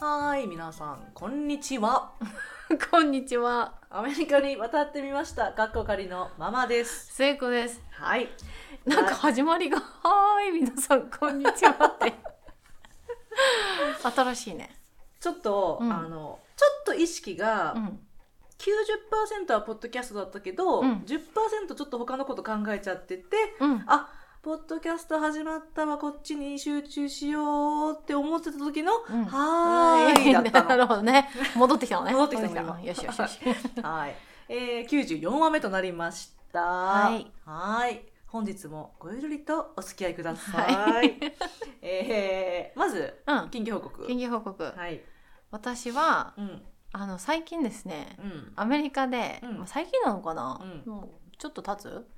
はーい皆さんこんにちは こんにちは、アメリカに渡ってみましたかっこかりのママです聖子です。はいなんか始まりが、はーい、皆さん、こんにちはって。新しいね。ちょっと、うんあのちょっと意識が、うん。 90%はポッドキャストだったけど、うん10%ちょっと他のこと考えちゃっててうん。あポッドキャスト始まったわこっちに集中しようって思ってた時の「うんはーい」だった なの。るほどね。戻ってきたのね。戻ってきたの戻今よしよしよし。はいえー、94話目となりました。はいはーい本日もごゆるりとお付き合いください。は えーまずうん。近況報告。緊急報告。はい。私は、うんあの、最近ですね、うん。アメリカで、うんまあ最近なのかな、うもうちょっと経つ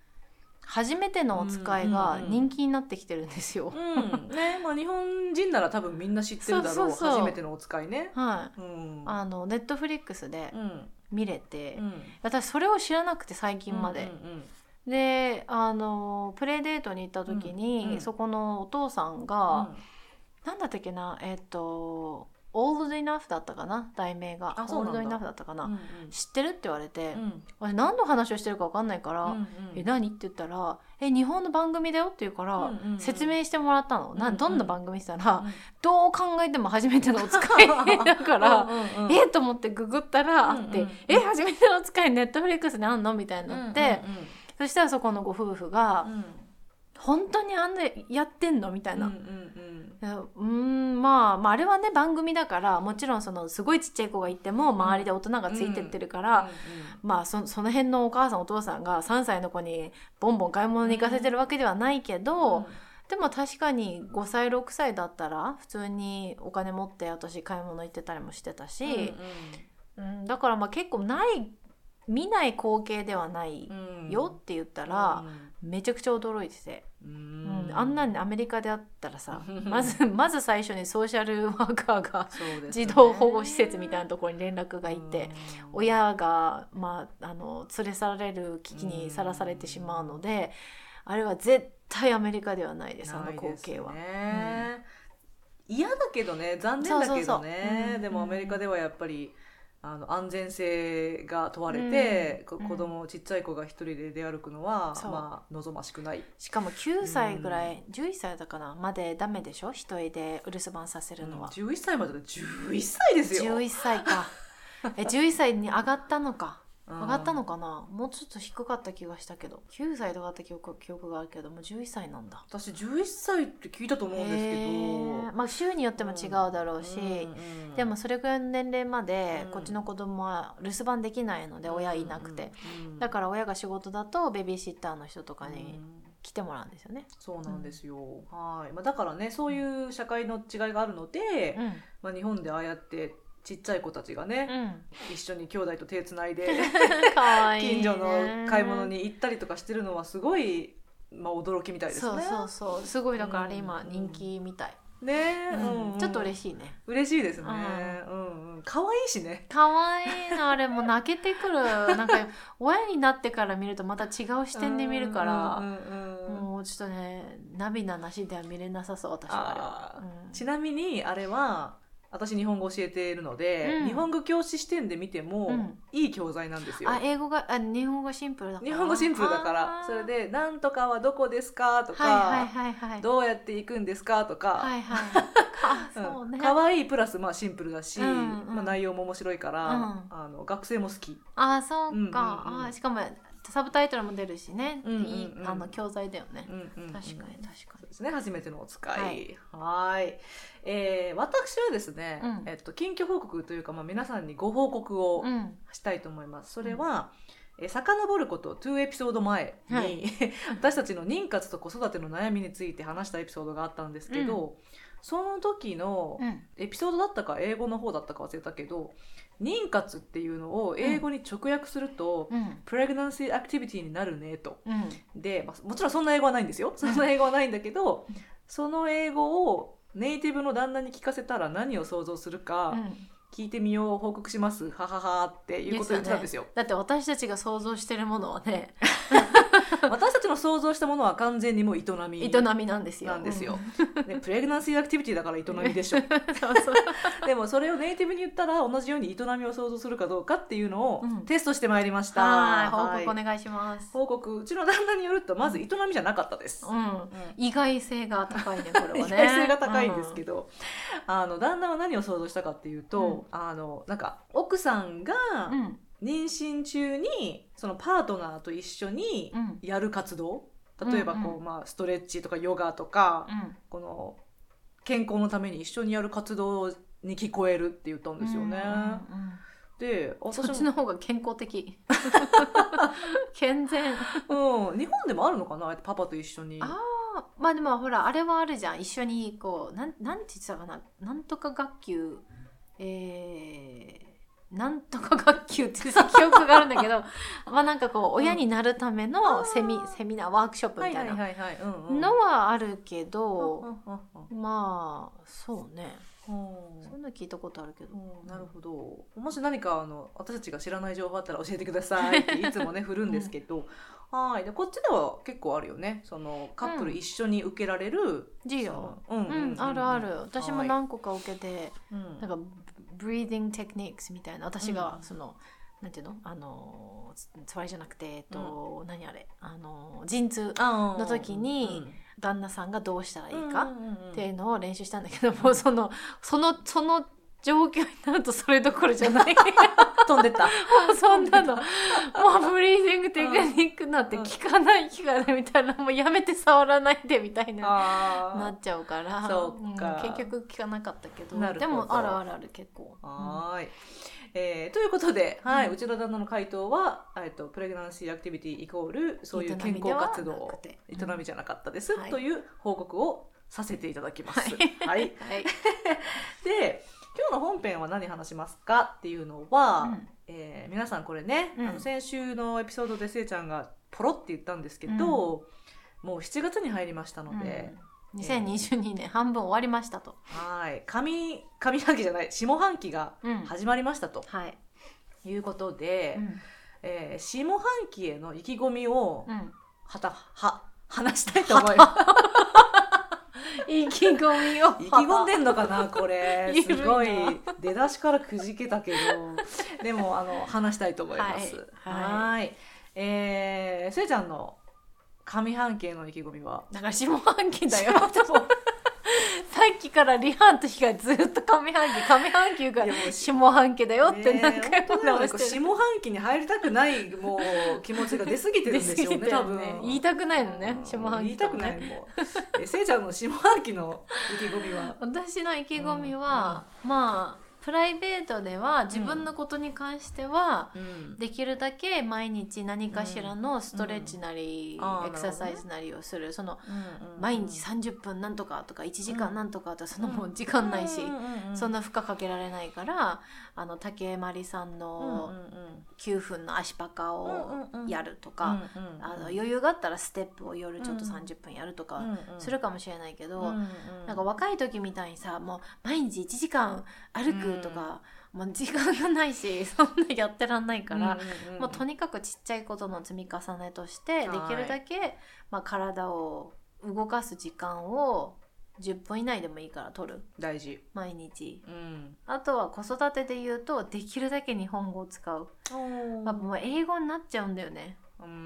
初めてのお使いうんがうんうん人気になってきてるんですよ。うん、ねまあ日本人なら多分みんな知ってるだろうそうそうそう初めてのお使いね。はうんい。あの、ネットフリックスでうん見れて、うん私それを知らなくて最近まで。うんうんであのプレイデートに行った時に、うんうんそこのお父さんうんが、なんだったっけなえっ、と「オールド・イナフ」だったかな題名があオそーうなんルだド・イナフだったかな、うんうん知ってるって言われて、うん私何の話をしてるか分かんないから「うんえ何?」って言ったら「え日本の番組だよ」って言うから、うんうんうん説明してもらったの、うんなうんどんな番組って言ったら、うんどう考えても初めてのお使いだから。 うんうんえっと思ってググったらあって「うんうんうんえ初めてのお使いネットフリックスにあんの?」みたいになって、そしたらそこのご夫婦がうんうん「本当にあんなやってんの?」みたいな。うんいうんやうーんまあ、まああれはね番組だからもちろんそのすごいちっちゃい子がいても周りで大人がついてってるから、まあそその辺のお母さんお父さんが3歳の子にボンボン買い物に行かせてるわけではないけど、でも確かに5歳6歳だったら普通にお金持って私買い物行ってたりもしてたうんし、うんだからまあ結構ない見ない光景ではないうんうんよって言ったら、めちゃくちゃ驚いてて。ううんんあんなにアメリカであったらさまずまず最初にソーシャルワーカー がそうですね児童保護施設みたいなところに連絡がいうて、ん親が、まあ、あの連れ去られる危機にさらされてしまうので、あれは絶対アメリカではないですあのない光です景は。ね嫌だけどね残念だけそうどそうねそううんでもアメリカではやっぱりあの安全性が問われて、うんこ子供、ちっちゃい子が一人で出歩くのは、そうまあ、望ましくない。しかも9歳ぐらい、11歳だかなまでダメでしょ一人で留守番させるのは、 11歳までだ11歳ですよ11歳かえ11歳に上がったのかうん上がったのかな、もうちょっと低かった気がしたけど9歳とかだった記憶記憶があるけどもう11歳なんだ私11歳って聞いたと思うんですけど、へーまあ州によっても違うだろうし、うんうんでもそれぐらいの年齢まで、うんこっちの子供は留守番できないので親いなくて、、うんうんだから親が仕事だとベビーシッターの人とかうにん来てもらうんですよね、そうなんですよ、はい、まあ、だからねそういう社会の違いがあるので、うんまあ、日本でああやってちっちゃい子たちがね、 一緒に兄弟と手つない でかわいい近ね所の買い物に行ったりとかしてるのはすごい、まあ、驚きみたいですね。そうそうそうすごいだからあれ今うん人気みたい、ね、うんちょっと嬉しいしいね嬉しいですね。うんうん、可愛いしね。可愛いのあれも泣けてく るなんか親になってから見るとまた違う視点で見るから、うんうんうんうんもうちょっとね涙なしでは見れなさそう私はあれはあー、ちなみにあれは私日本語教えているので、うん日本語教師視点で見ても、うんいい教材なんですうんよ。あ英語があ日本語シンプルだから日本語シンプルだからあーそれで「なんとかはどこですか?」とか、はいはいはいはいどうやって行くんですか?」とか、はいはい あそううね、ん可愛いプラスまあシンプルだし、うんうんまあ、内容も面白いから、うんあの学生も好き。あそうか、うんうんうんあしかもサブタイトルも出るしね、うんうんうんいいあの教材だよね、うんうんうん確かに確かそうにですね初めてのお使い。ははいいい、えー私はですね、うんえっと、近況報告というか、まあ、皆さんにご報告をうんしたいと思います。それは、えー遡ること2エピソード前に、はい 私たちの妊活と子育ての悩みについて話したエピソードがあったんですけど、その時のうんエピソードだったか英語の方だったか忘れたけど妊活っていうのを英語に直訳すると、うんプレグナンシーアクティビティになるねと。うんで、まあ、もちろんそんな英語はないんですよ。そんな英語はないんだけどうん、その英語をネイティブの旦那に聞かせたら何を想像するか、うん聞いてみよう報告しますはははっていうことを言ってたんですよ。だって私たちが想像してるものはね 私たちの想像したものは完全にもう営み営みなんですよ。なんですよ。ね、プレグナンシーアクティビティだから営みでし ょ そうそうでもそれをネイティブに言ったら同じように営みを想像するかどうかっていうのをうんテストしてまいりました、はい、は報告お願いします。報告うちの旦那によるとまず営みじゃなかったです、うん、うん意外性が高い ね、これはね。意外性が高いんですけど、あの旦那は何を想像したかっていうと、あのなんか奥さんがうん、うん、妊娠中にそのパートナーと一緒にうん、やる活動例えばこう、うんうまあ、ストレッチとかヨガとか、うんこの健康のために一緒にやる活動に聞こえるって言ったんですよね。うんうんうんでそっ私ちも、の方が健康的。健全。うん、日本でもあるのかなああやってパパと一緒に。ああ、まあでもほら、あれはあるじゃん。一緒にこう、なん、なんて言ってたかな。なんとか学級、えー、なんとか学級ってさ 記憶があるんだけどまあなんかこう親になるためあのーセミ、セミナーワークショップはみいたはいいなはいはい。うんうん、のはあるけうど、んうんまあそうねうんうんそんな聞いたことあるけど、うんなるほどもし何かあの私たちが知らない情報あったら教えてくださ いっていつもね振るんですけど、はいでこっちでは結構あるよねそのカップル一緒に受けられる授そ業のうんう、うんんうんあるある私もはい何個か受けて、うんなんかブリーディングテクニックスみたいな私うがんその、なんていうのあのつつわりじゃなくて、えっと何あれあの陣痛あーの時に旦那さんがどうしたらいいうんか、うんうんうんっていうのを練習したんだけどもうそのそのその状況になるとそれどころじゃない飛んでったそんなのもうブリーディングテクニックなんて聞かない聞かないみたいなもうやめて触らないでみたいなあーなっちゃうからそうかん結局聞かなかったけどなるほどでもあるあるある結構はーい、えーということで、はいうんうちの旦那の回答は、えっとプレグナンシーアクティビティイコールそういう健康活動営営みではなくてうんみじゃなかったです、はいという報告をさせていただきます。ははい、 うんはい、で今日の本編は何話しますかっていうのは、うんえー皆さんこれね、うんあの先週のエピソードでせいちゃんがポロって言ったんですけど、もう7月に入りましたので、うん2022年半分終わりましたと、はい上上半期じゃない下半期がうん始まりましたとはい、いうことで、うんえー下半期への意気込みを うんはたは話したいと思います。 意気込みを意気込んでんのかなこれ 緩すいなごい出だしからくじけたけどでもあの話したいと思います。はいはーいえー、せいちゃんの上半期への意気込みはだから下半期だよ違うと思うさっきからリハンと日がずっと上半期上半期言うからいやもう下半期だよってねえ何回本も当だよね直こうし下てる、半期に入りたくないもう気持ちが出過ぎてるんでしょうね 出過多ぎてる分ね言いたくないのねうん下半期言いたとかねくないもうえせいちゃんの下半期の意気込みは私の意気込みは、まあプライベートでは自分のことに関しては、うんできるだけ毎日何かしらのストレッチなり、うんあーエクササイズなりをするそのうんうん毎日30分なんとかとか1時間なんとかとかそのもううん時間ないし、うんうんうんそんな負荷かけられないからあの竹まりさんのうんうんうん9分の足パカをうんうんうんやるとか、うんうんうんあの余裕があったらステップを夜ちょっとうん30分やるとうかんうんするかもしれないけど、うんうんなんか若い時みたいにさもう毎日1時間歩くとか、もう時間がないし そんなやってらんないから、うんうんもうとにかくちっちゃいことの積み重ねとしてではいきるだけ、まあ、体を動かす時間を10分以内でもいいから取る大事、毎日うんあとは子育てで言うとできるだけ日本語を使う、やっぱもう英語になっちゃうんだよね、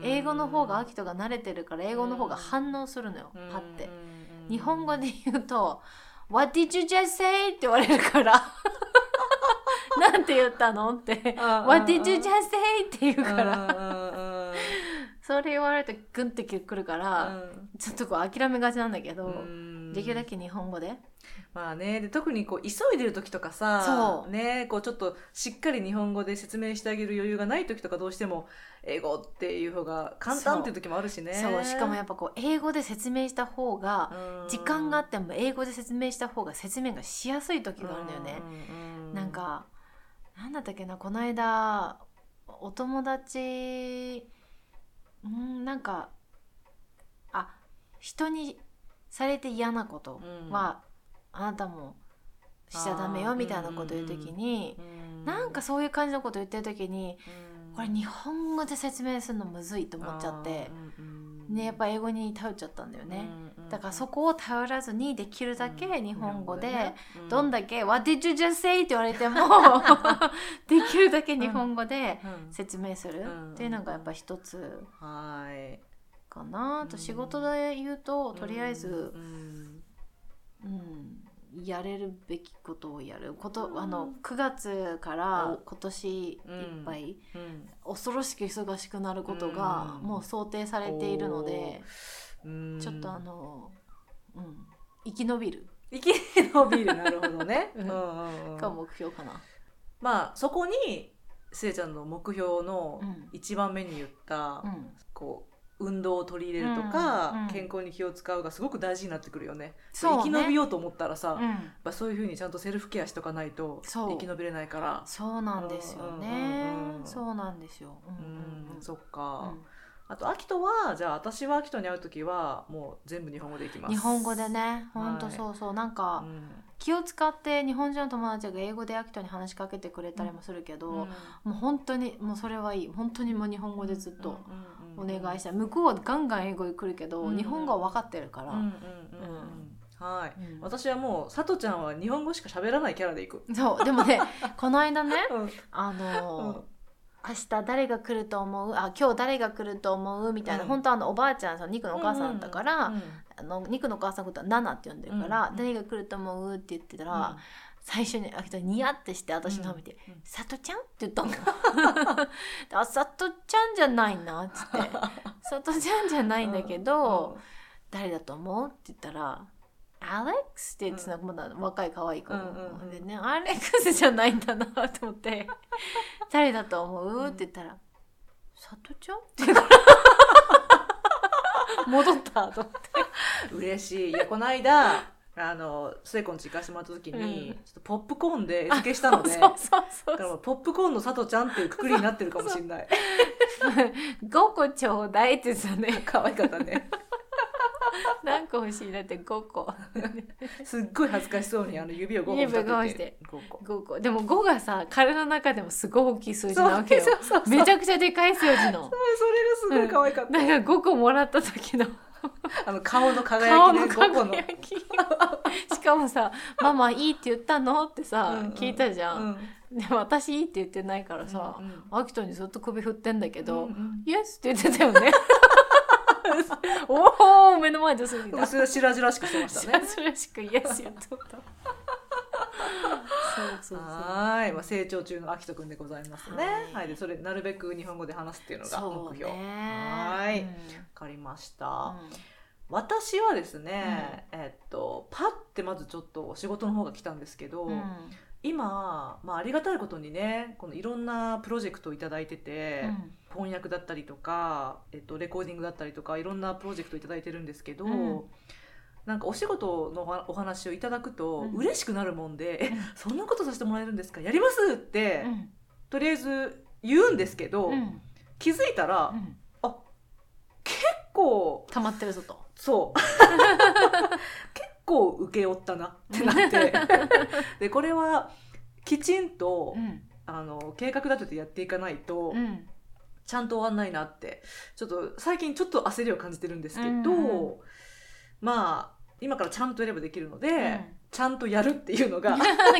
英語の方がアキトが慣れてるから英語の方が反応するのよ、うんパッてう、んうん日本語で言うと「What did you just say?」って言われるから 「なんて言ったの?」って「ああ What did you just say?」って言うからうんそれ言われるとグンってくるからちょっとこう諦めがちなんだけうんうんどうんできるだけ日本語でまあねで特にこう急いでる時とかさそうねこうちょっとしっかり日本語で説明してあげる余裕がない時とかどうしても英語っていう方が簡単っていう時もあるしねそうしかもやっぱこう英語で説明した方がうん時間があっても英語で説明した方が説明がしやすい時があるんだよね。ううなんかなんだったっけなこの間お友達うんなんかあ人にされて嫌なことは、あなたもしちゃダメあよーみたいなこと言う時に、うんなんかそういう感じのこと言ってる時に、これ日本語で説明するのむずいと思っちゃって、ね、やっぱ英語に頼っちゃったんだよね、だからそここを頼らずにできるだけ日本語で、どんだだけ「What did you just say?」って言われ てもできるだけ日本語で説明するっていうのがやっぱ一つはいかなあとうん仕事で言うととりあえず、うんうん、やれるべきことをやるこうんとあの9月から今年いっぱい、うん恐ろしく忙しくなることがうんもう想定されているので、うんちょっとあの、うん、生き延びる生き延びるなるほど ねうんうんうんが目標かな。まあそこにせいちゃんの目標のうん一番目に言った、うんこう運動を取り入れるとか、うんうん健康に気を使うがすごく大事になってくるよねそう生ねき延びようと思ったらさ、うやっんぱそういうふうにちゃんとセルフケアしとかないとそう生き延びれないからそうなんですようんうんうんうねん。そうなんですよ。ううんんそっうか、んあとアキトはじゃあ私はアキトに会う時はもう全部日本語でいきます日本語でね、ほんとはいそうそう、なんうかん気を使って日本人の友達が英語でアキトに話しかけてくれたりもするけど、もう本当にもうそれはいい。本当にもう日本語でずっとお願いして、向こうはガンガン英語で来るけど、うん日本語は分かってるかたら。うんうんうんうんはいうん私はもうさとちゃんは日本語しか喋らないキャラでいく、そうでも ねこの間ねうんあのー、明日誰が来ると思うあ今日誰が来ると思うみたいな、うん本当あのおばあちゃんその肉のお母さんだから、うんあの肉のお母さんのことは「ナナ」って呼んでるから、うん誰が来ると思うって言ってたら、最初にあきとニヤってして私の方見てうん「さ、と、ちゃん?」って言ったの。 あさとちゃんじゃないなっ つって「さとちゃんじゃないんだけど、誰だと思う?」って言ったら「アレックス」って言ってたのまだ若い可愛い子、うんうんうんでね「アレックスじゃないんだな」と思 って「誰だと思う?」って言ったら「さとちゃん?」って言う から戻ったと思ってうん嬉しいいやこの間 あの末子に家行かしてもらった時に、うんちょっとポップコーンで餌付けしたのでそうそうそだうかそらうもうポップコーンのさとちゃんっていうくくりになってるかもしれない 5個ちょうだいって言ってたね可愛かったね 何個欲しいだって5個すっごい恥ずかしそうにあの指を5本指を五本立してて5個5個でも5がさ彼の中でもすごい大きい数字そうなわけよそうそうそうめちゃくちゃでかい数字のそれがすごい可愛かった、だから5個もらった時の あの顔の輝顔きねの5個の輝きしかもさ「ママいいって言ったの?」ってさ、うんうん聞いたじゃん、でも私いいって言ってないからさ、うんうんアキトにずっと首振ってんだけうんど「うんイエス」って言ってたよね おお目の前で過ぎでたもそれは白々しくしてましたねそれしく「イエス」言っとったそうそうそうはーい、まあ、成長中のあきとくんでございますね。はいはい、で、それなるべく日本語で話すっていうのがそ目う標。わ、ねはーいうんかりました。私はですね、えっと、パってまずちょっと仕事の方が来たんですけど。うんうん今、まあ、ありがたいことにね、このいろんなプロジェクトをいただいてて。うん翻訳だったりとか、えっと、レコーディングだったりとかいろんなプロジェクトいただいてるんですけど、うんなんかお仕事のお話お話をいただくとうん嬉しくなるもんで「んえそんなことさせてもらえるんですかやります!」って、うんとりあえず言うんですけど、うん気づいたら、うんこう溜まってるぞと。そう 結構請け負ったなってなって でこれはきちんと、うんあの計画立ててやっていかないと、うんちゃんと終わんないなってちょっと最近ちょっと焦りを感じてるんですけど、うんうまあ今からちゃんとやればできるので、うんちゃんとやるっていうのが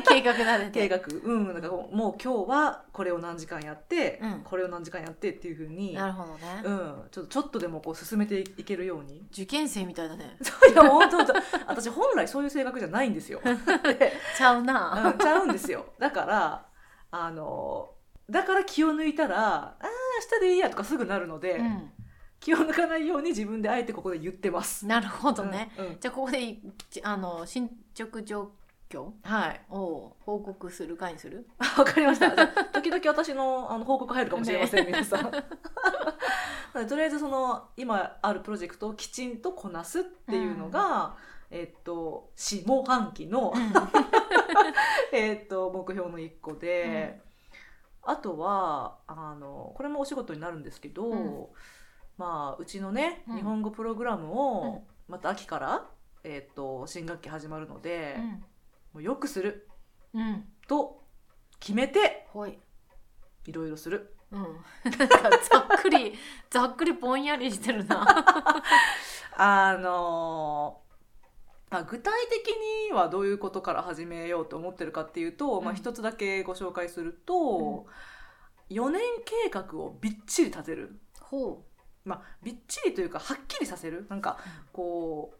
計画立て計て。画うんなんかこうもう今日はこれを何時間やって、うんこれを何時間やってっていうふうになるほどね。うん、ちょっとちょっとでもこう進めていけるよう に受験生みたいだね。いや本当本当私本来そういう性格じゃないんです よ、ちゃううな。んちゃうんですよだからあのだから気を抜いたら「ああ明日でいいや」とかすぐなるので、う気を抜かないように自分であえてここで言ってます。ん、なるほどね。うんうんじゃあここでいちあの進捗状況はい、を報告する会にする。わかりました。じゃあ時々私のあの報告入るかもしれません、 皆さん。なのでとりあえずその今あるプロジェクトをきちんとこなすっていうのが、えっと下半期 のうんえっと目標の一個で、あとはあのこれもお仕事になるんですけど、うんまあうちのね、うん日本語プログラムをまた秋から、えっと新学期始まるので、もうよくするうん。うん。と決めてほい。いろいろするうん、なんかざっくりざっくりぼんやりしてるな。あのーまあ、具体的にはどういうことから始めようと思ってるかっていうと、まうあ、ん一つだけご紹介すると、4年計画をびっちり立てる、ほまあ、びっちりというかはっきりさせるなんかこ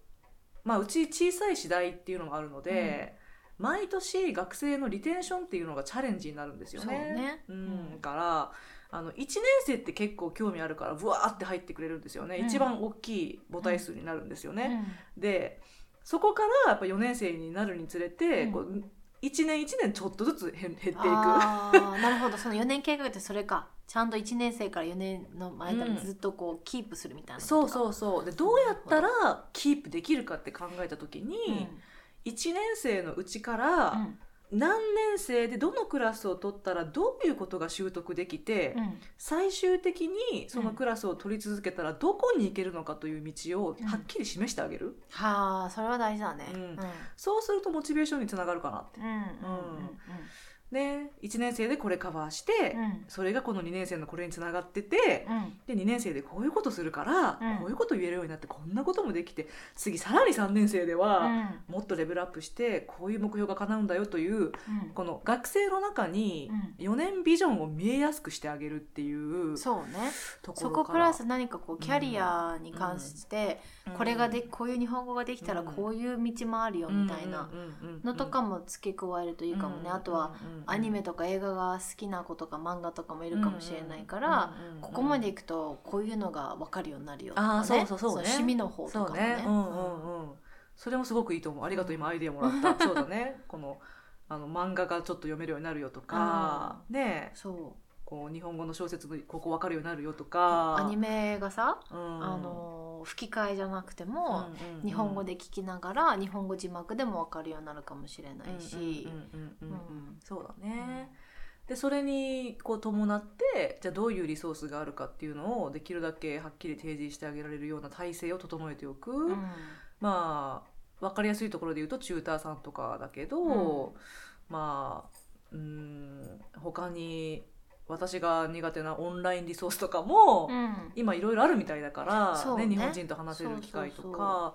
う、まあ、うち小さい次第っていうのもあるので、毎年学生のリテンションっていうのがチャレンジになるんですよね。そうねう、うんんからあの1年生って結構興味あるからブワーって入ってくれるんですよね、うん一番大きい母体数になるんですよう。ね。でそこからやっぱ4年生になるにつれて、うんこう1年1年ちょっとずつ減減っていく。あーなるほどその4年計画ってそれかちゃんと1年生から4年の間うんずっとこうキープするみたいなことか、そうそうそうでどうやったらキープできるかって考えた時うん、に、1年生のうちから、うん何年生でどのクラスを取ったらどういうことが習得できて、うん最終的にそのクラスを取り続けたらどこに行けるのかという道をうんはっきり示してあげる、はあそれは大事だねううんんうんそうするとモチベーションにつながるかなって。うんね、1年生でこれカバーして、うんうんそれがこの2年生のこれにつながってて、うんで2年生でこういうことするから、うんこういうこと言えるようになってこんなこともできて次さらに3年生でうは、んもっとレベルアップしてこういう目標が叶うんだよといううんこの学生の中にう4年ビジョンを見えやすくしてあげるっていうそうねとこそろこかプラらス何かこうキャリアに関して、これがでこういう日本語ができたらうんこういう道もあるよみたいなのとかも付け加えるといいいかもね、あとはアニメとか映画が好きな子とか漫画とかもいいるかもしれないから、ここまで行くとこういうのが分かるようになるよとあーか、ね、そうそうそうね趣味の方とそうかもねね。うんうんうんそれもすごくいいと思うありがとう今アイディアもら ったそうだねこのあの漫画がちょっと読めるようになるよとかねそうこう日本語の小説のここわかるようになるよとかアニメメがさ、ああの吹き替えじゃなくても、日本語で聞きながら日本語字幕でも分かるようになるかもしれないし、そうだねでそれにこう伴ってじゃあどういうリソースがあるかっていうのをできるだけはっきり提示してあげられるような体制を整えておく、うんまあ分かりやすいところで言うとチューターさんとかだけど、うんまあうん他に私が苦手なオンラインリソースとかも、うん今いろいろあるみたいだから、そうねね日本人と話せる機会とかあ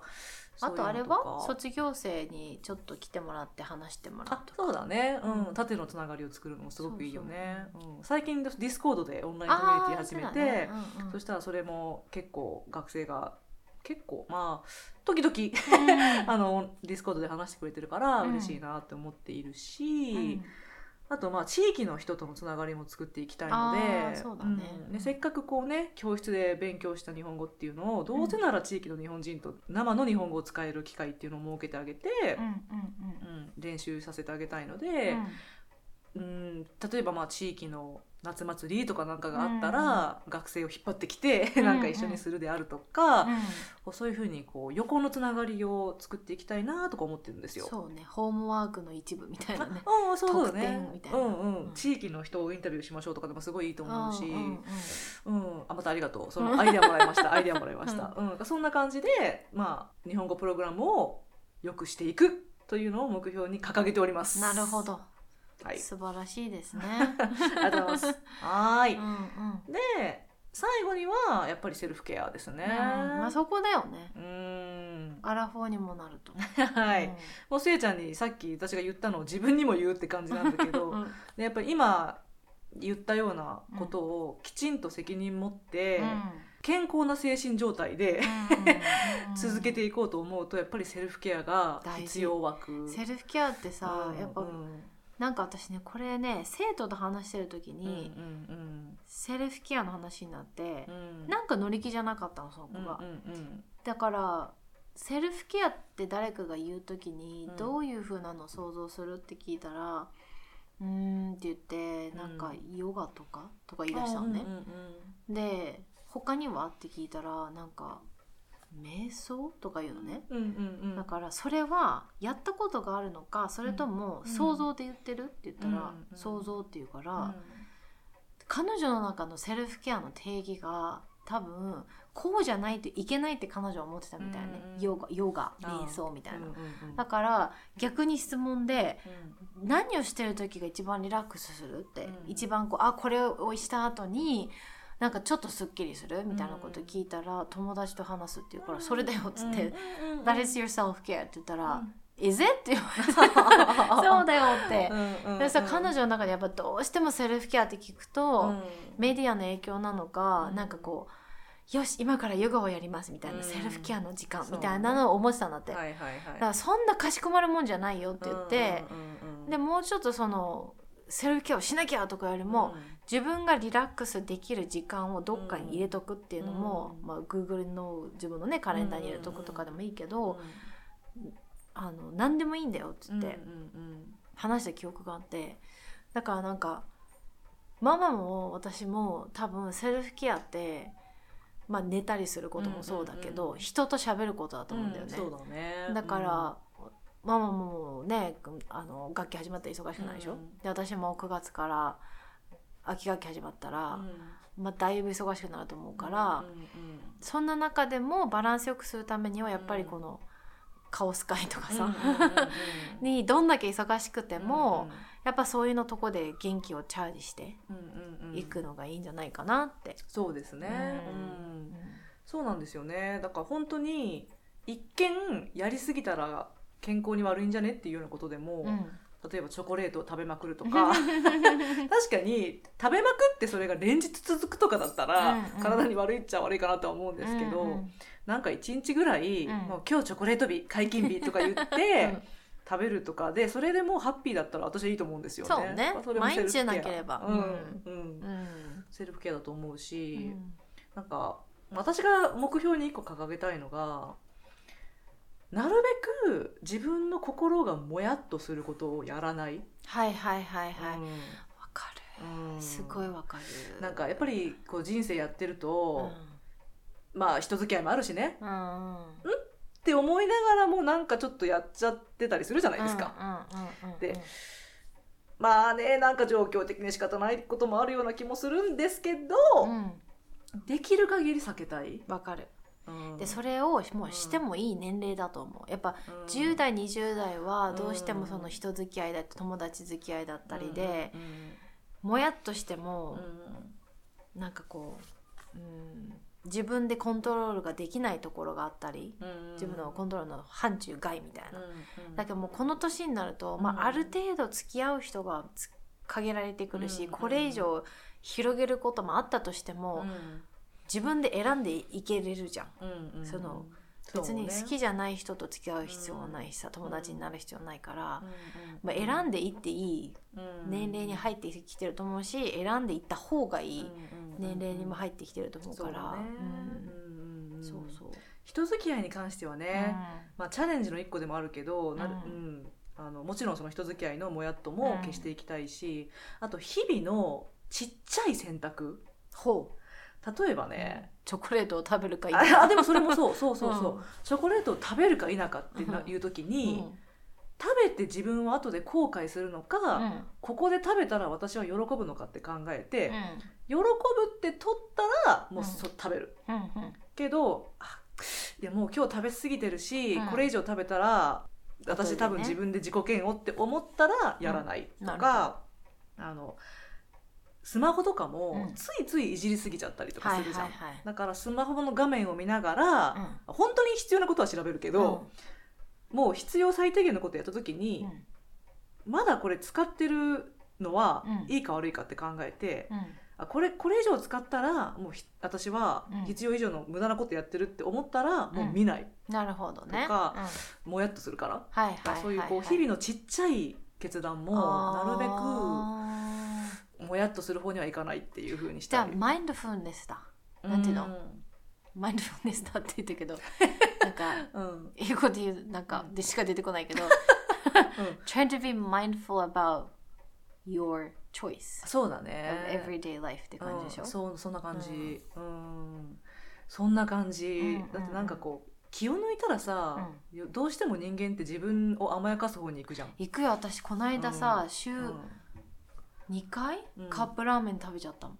そうといあうれのかは卒業生にちょっと来てもらって話してもらあうとかそうだね、う、うんん縦のつながりを作るのもすごくいいよね。うん、最近ディスコードでオンラインコミュニティ始めてあーそうだねうんうんそしたらそれも結構学生が結構まあ時々 あのディスコードで話してくれてるからうん嬉しいなって思っているうし、んうんあとまあ地域の人とのつながりも作っていきたいのあでーそうだねうんせっかくこうね教室で勉強した日本語っていうのをどうせなら地域の日本人と生の日本語を使える機会っていうのを設けてあげて、うんうん練習させてあげたいのうんうんで。うんうん例えばまあ地域の夏祭りとかなんかがあったら、学生を引っ張ってきて、うんなんか一緒にするであるとか、うんそういうふうにこう横のつながりを作っていきたいなとか思ってるんですよ。そうねホームワークの一部みたいなねあうんそうそうだ特ね典みたいなうんうんうん地域の人をインタビューしましょうとかでもすごいいいと思うし、んんんうん、あまたありがとうそのアイデアもらいました アイデアもらいました、うん、そんな感じで、まあ、日本語プログラムを良くしていくというのを目標に掲げております。なるほ、ど、はい、素晴らしいですね。ありがとうござい ます。はーいうんうん。で最後にはやっぱりセルフケアですね。うんまあそこだよね。うーんアラフォーにもなると。はい、うんもうせいちゃんにさっき私が言ったのを自分にも言うって感じなんだけど、うんでやっぱり今言ったようなことをきちんと責任持って、 健康な精神状態で続けていこうと思うとやっぱりセルフケアが必要うん枠。セルフケアってさ、うんやっぱ、うんなんか私ねこれね生徒と話してる時うんに、うんセルフケアの話になってう、んなんか乗り気じゃなかったのその子うんが、うんうんだからセルフケアって誰かが言う時にうんどういう風なのを想像するって聞いたら「うーん」って言ってなんかヨガとかとか言い出したのね。うんうんうんで他にはって聞いたらなんか瞑想とか言うのね、うんうんうんだからそれはやったことがあるのかそれともうん想像で言ってるって言ったら、うん想像っていうから、うん彼女の中のセルフケアの定義が多分こうじゃないといけないって彼女は思ってたみたいね、うんうんヨガヨガあー瞑想みたいな、うんうんうんだから逆に質問でうん何をしてる時が一番リラックスするって、うん一番こうあこれをした後になんかちょっとすっきりするみたいなこと聞いたら、友達と話すっていうから、それだよっつって「That is your self-care」って言ったら「Is it?」って言わ れてそうだよって。でさ彼女の中でやっぱどうしてもセルフケアって聞くと、メディアの影響なのか、うんなんかこうよし今からヨガをやりますみたいな、うんセルフケアの時間そうみたいなのを思ってたんだって、はいはいはだからそんなかしこまるもんじゃないよって言って、でももうちょっとそのセルフケアをしなきゃとかよりも、自分がリラックスできる時間をどっかに入れとくっていうのも、うんまあ、Google の自分のねカレンダーに入れとくとかでもいいけど、あの何でもいいんだよって言って、話した記憶があってだからなんかママも私も多分セルフケアって、まあ、寝たりすることもそうだけど、うんうんうん人と喋ることだと思うんだよね。そうだねだから、ママもねあの楽器始まって忙しくないでしょ、うんうんで私も9月から秋学期始まったら、まあ、だいぶ忙しくなると思うから、そんな中でもバランスよくするためにはやっぱりこの、カオス会とかさ、にどんだけ忙しくても、やっぱそういうのとこで元気をチャージしていくのがいいんじゃないかなって。そうですねうんそうなんですよねだから本当に一見やりすぎたら健康に悪いんじゃねっていうようなことでも、うん例えばチョコレートを食べまくると か確かに食べまくってそれが連日続くとかだったら、うんうん体に悪いっちゃ悪いかなとは思うんですけど、うんうんなんか一日ぐらい、うんもう今日チョコレート日解禁日とか言って、 うん食べるとかでそれでもうハッピーだったら私はいいと思うんですよね。そうねれもセルフケア毎日じゃなければうんうんうんセルフケアだと思ううし、んなんか私が目標に一個掲げたいのがなるべく自分の心がもやっとすることをやらない。はいはいはいはい。わうんかうんる。すごいわかる。なんかやっぱりこう人生やってると、うまあ人付き合いもあるしねんうんうんって思いながらもなんかちょっとやっちゃってたりするじゃないですか、うんうんうんうんでまあねなんか状況的に仕方ないこともあるような気もするんですけうど、んできる限り避けたい、わかる。うんでそれをもうしてもいい年齢だと思う。やっぱうん10代20代はどうしてもその人付き合いだったり友達付き合いだったりでうんもやっとしてうもんうんなんかこう、うん、自分でコントロールができないところがあったりうん自分のコントロールの範疇外みたいな、うんうんだけどもうこの年になると、うんまあ、ある程度付き合う人がつ限られてくるし、うんこれ以上広げることもあったとしても、う自分で選んでいけれるじゃんんうんうんそのそう別にね好きじゃない人と付き合う必要はないしさ、友達になる必要ないから、まあ、選んでいっていい年齢に入ってきてると思うし、選んでいった方がいい年齢にも入ってきてると思うから、うんうんそうそう。人付き合いに関してはね、まあ、チャレンジの一個でもあるけどなる、ううんんあのもちろんその人付き合いのもやっとも消していきたいし、あと日々のちっちゃい選択ほ例えばう、ね、チョコレートを食べるかいああでもそれもそうそうそうそう、うんチョコレートを食べるか否かってなうんいう時うんに、食べて自分は後で後悔するのか、うんここで食べたら私は喜ぶのかって考えて、うん喜ぶって取ったらもうそ、食べるうんうんけどあいやもう今日食べ過ぎてるし、うんこれ以上食べたら後で私ね多分自分で自己嫌悪って思ったらやらないとか、あのスマホとかもうんついついいじりすぎちゃったりとかはいするじゃん、はいはいだからスマホの画面を見ながら、うん本当に必要なことは調べるけど、もう必要最低限のことやった時うんにうん、まだこれ使ってるのはうんいいか悪いかって考えて、うんあこれこれ以上使ったらもうひ私はうん必要以上の無駄なことやってるって思ったらもう見ない、なるほどね。とかうんもやっとするから、はいはいはいはい、そういうこう日々のちっちゃい決断もなるあーべくもやっとする方にはいかないっていうふうにしじゃたありマインドフルネスだ。なんていうのマインドフルネスだって言った けど、なんかうん、うん英語で言うなんかでしか出てこないけど、trying to be mindful about your choice そうだ of ね everyday life って感じでしょ。うん、そうそんな感じ、うんそんな感じ、うんうんうんだってなんかこう気を抜いたらさ、よどうしても人間って自分を甘やかす方に行くじゃん、行くよ私この間さ、週うん2回、うん カップラーメン食べちゃったもん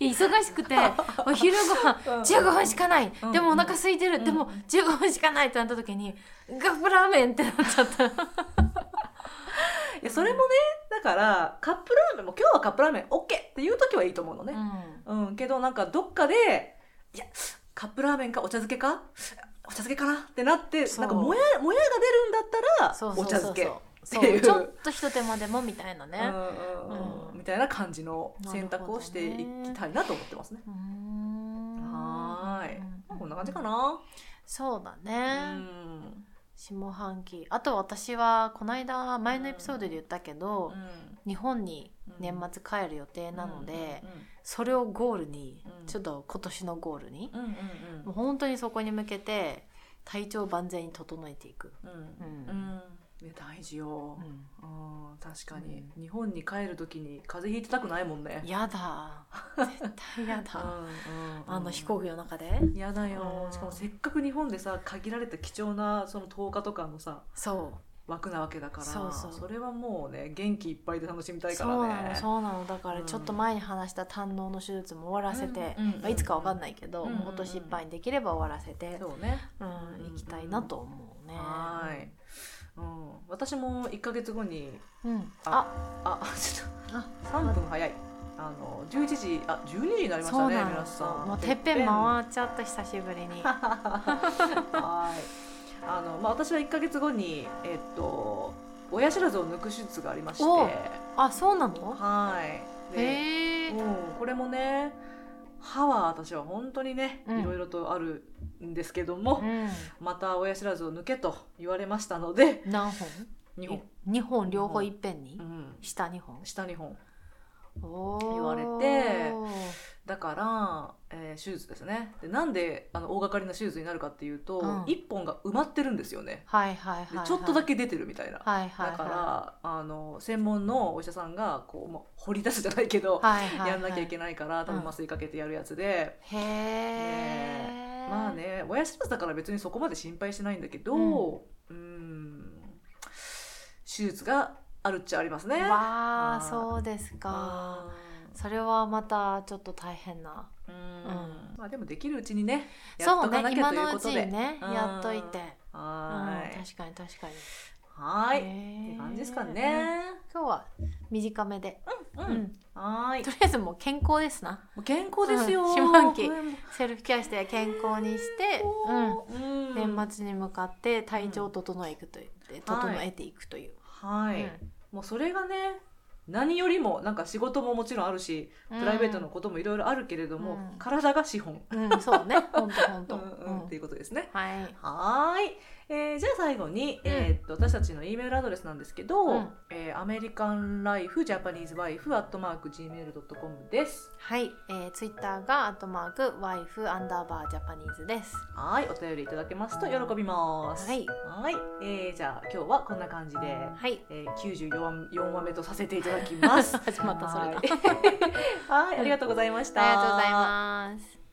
いや忙しくてお昼ご飯15分しかない、うんでもお腹空いてる、うんでも15分しかないってなった時にカップラーメンってなっちゃったいやそれもねだからカップラーメンも今日はカップラーメン OK っていう時はいいと思うのね、うんけどなんかどっかでいやカップラーメンかお茶漬けかお茶漬けかなってなってそなうんかもやもやが出そるうだったんらお茶漬けそうっていうちょっとひと手間でもみたいなね、うんうんうんうんみたいな感じの選択をしていきたいなと思ってますね。うーんはーいうんこんな感じかな。そうだうね、ん。下半期あと私はこの間前のエピソードで言ったけど、日本に年末帰る予定なので、それをゴールに、うんちょっと今年のゴールに、うんうんもう本当にそこに向けて体調を万全に整えていく、うんううんんうん。ね大事よ。うん確かに日本に帰るときに風邪ひいてたくないもんね。やだ絶対やうんだ、うんうんあの飛行機の中でやだうよんしかもせっかく日本でさ限られた貴重なその10日とかのさそ枠なわけだからそうそうれはもうね元気いっぱいで楽しみたういかそうならねのそうなのだからうんちょっと前に話した胆のの手術も終わらせて、うんうんうんうんまあ、いつかわかんないけど、うんうんうん今年いっぱいにできれば終わらせて、そうねうんうん行きたいなと思うね、はーい、うん、私も1か月後にうん、あああちょっあと3分早いあの11時あ12時になりましそたうねな皆のさんもうてっぺんは回っちゃった久しぶりにーいあの、まあ、私は1か月後にえっと親知らずを抜く手術がありましておはあそうなのいでへえうん、これもね歯は私は本当にねうんいろいろとあるんですけども、うまた親知らずを抜けと言われましたのでん、何本2本、 2本両方いっぺんに、うん、下2本下2本おー言われてだから、えー手術ですねでなんであの大掛かりな手術になるかっていうと、うん1本が埋まってるんですよねはいはいはい、ではい、ちょっとだけ出てるみたいな、はいはいはいだからあの専門のお医者さんがこう、まあ、掘り出すじゃないけど、はいはいはい、やんなきゃいけないないから多分麻酔かけてやるやつで。へえまあね親知らずだから別にそこまで心配してないんだけど、うんうん、手術があるっちゃありますね。わああーそうですかそれはまたちょっと大変なうんんまあでもできるうちにねやっそとうかねなきゃ今というのこうちとにで、ねうんやっといて、うん、はーい、確かに確かにはーい、っいて感じですかね。今日は短めで、うん、うんはーいとりあえずもう健康ですなもう健康ですよ。うん下半期これもセルフケアして健康にして、うん、うん年末に向かって体調を整えていくという、整えていくという、はい、もうそれがね何よりもなんか仕事ももちろんあるし、うんプライベートのこともいろいろあるけれども、うん体が資本。うん、そうね本当本当うんうん、っていうことですね。はいはーい、えーじゃあ最後に、うんえーっと私たちの E メールアドレスなんですけど、うんえー、アメリカンライフジャパニーズワイフアットマーク Gmail.com ですはい、えー、ツイッターがアットマークワイフアンダーバージャパニーズですはーいお便りいただけますと喜びますはいはーいえーじゃあ今日はこんな感じで、はいえー、94四話目とさせていただきます 始まったそれだはいはいありがとうございましたありがとうございます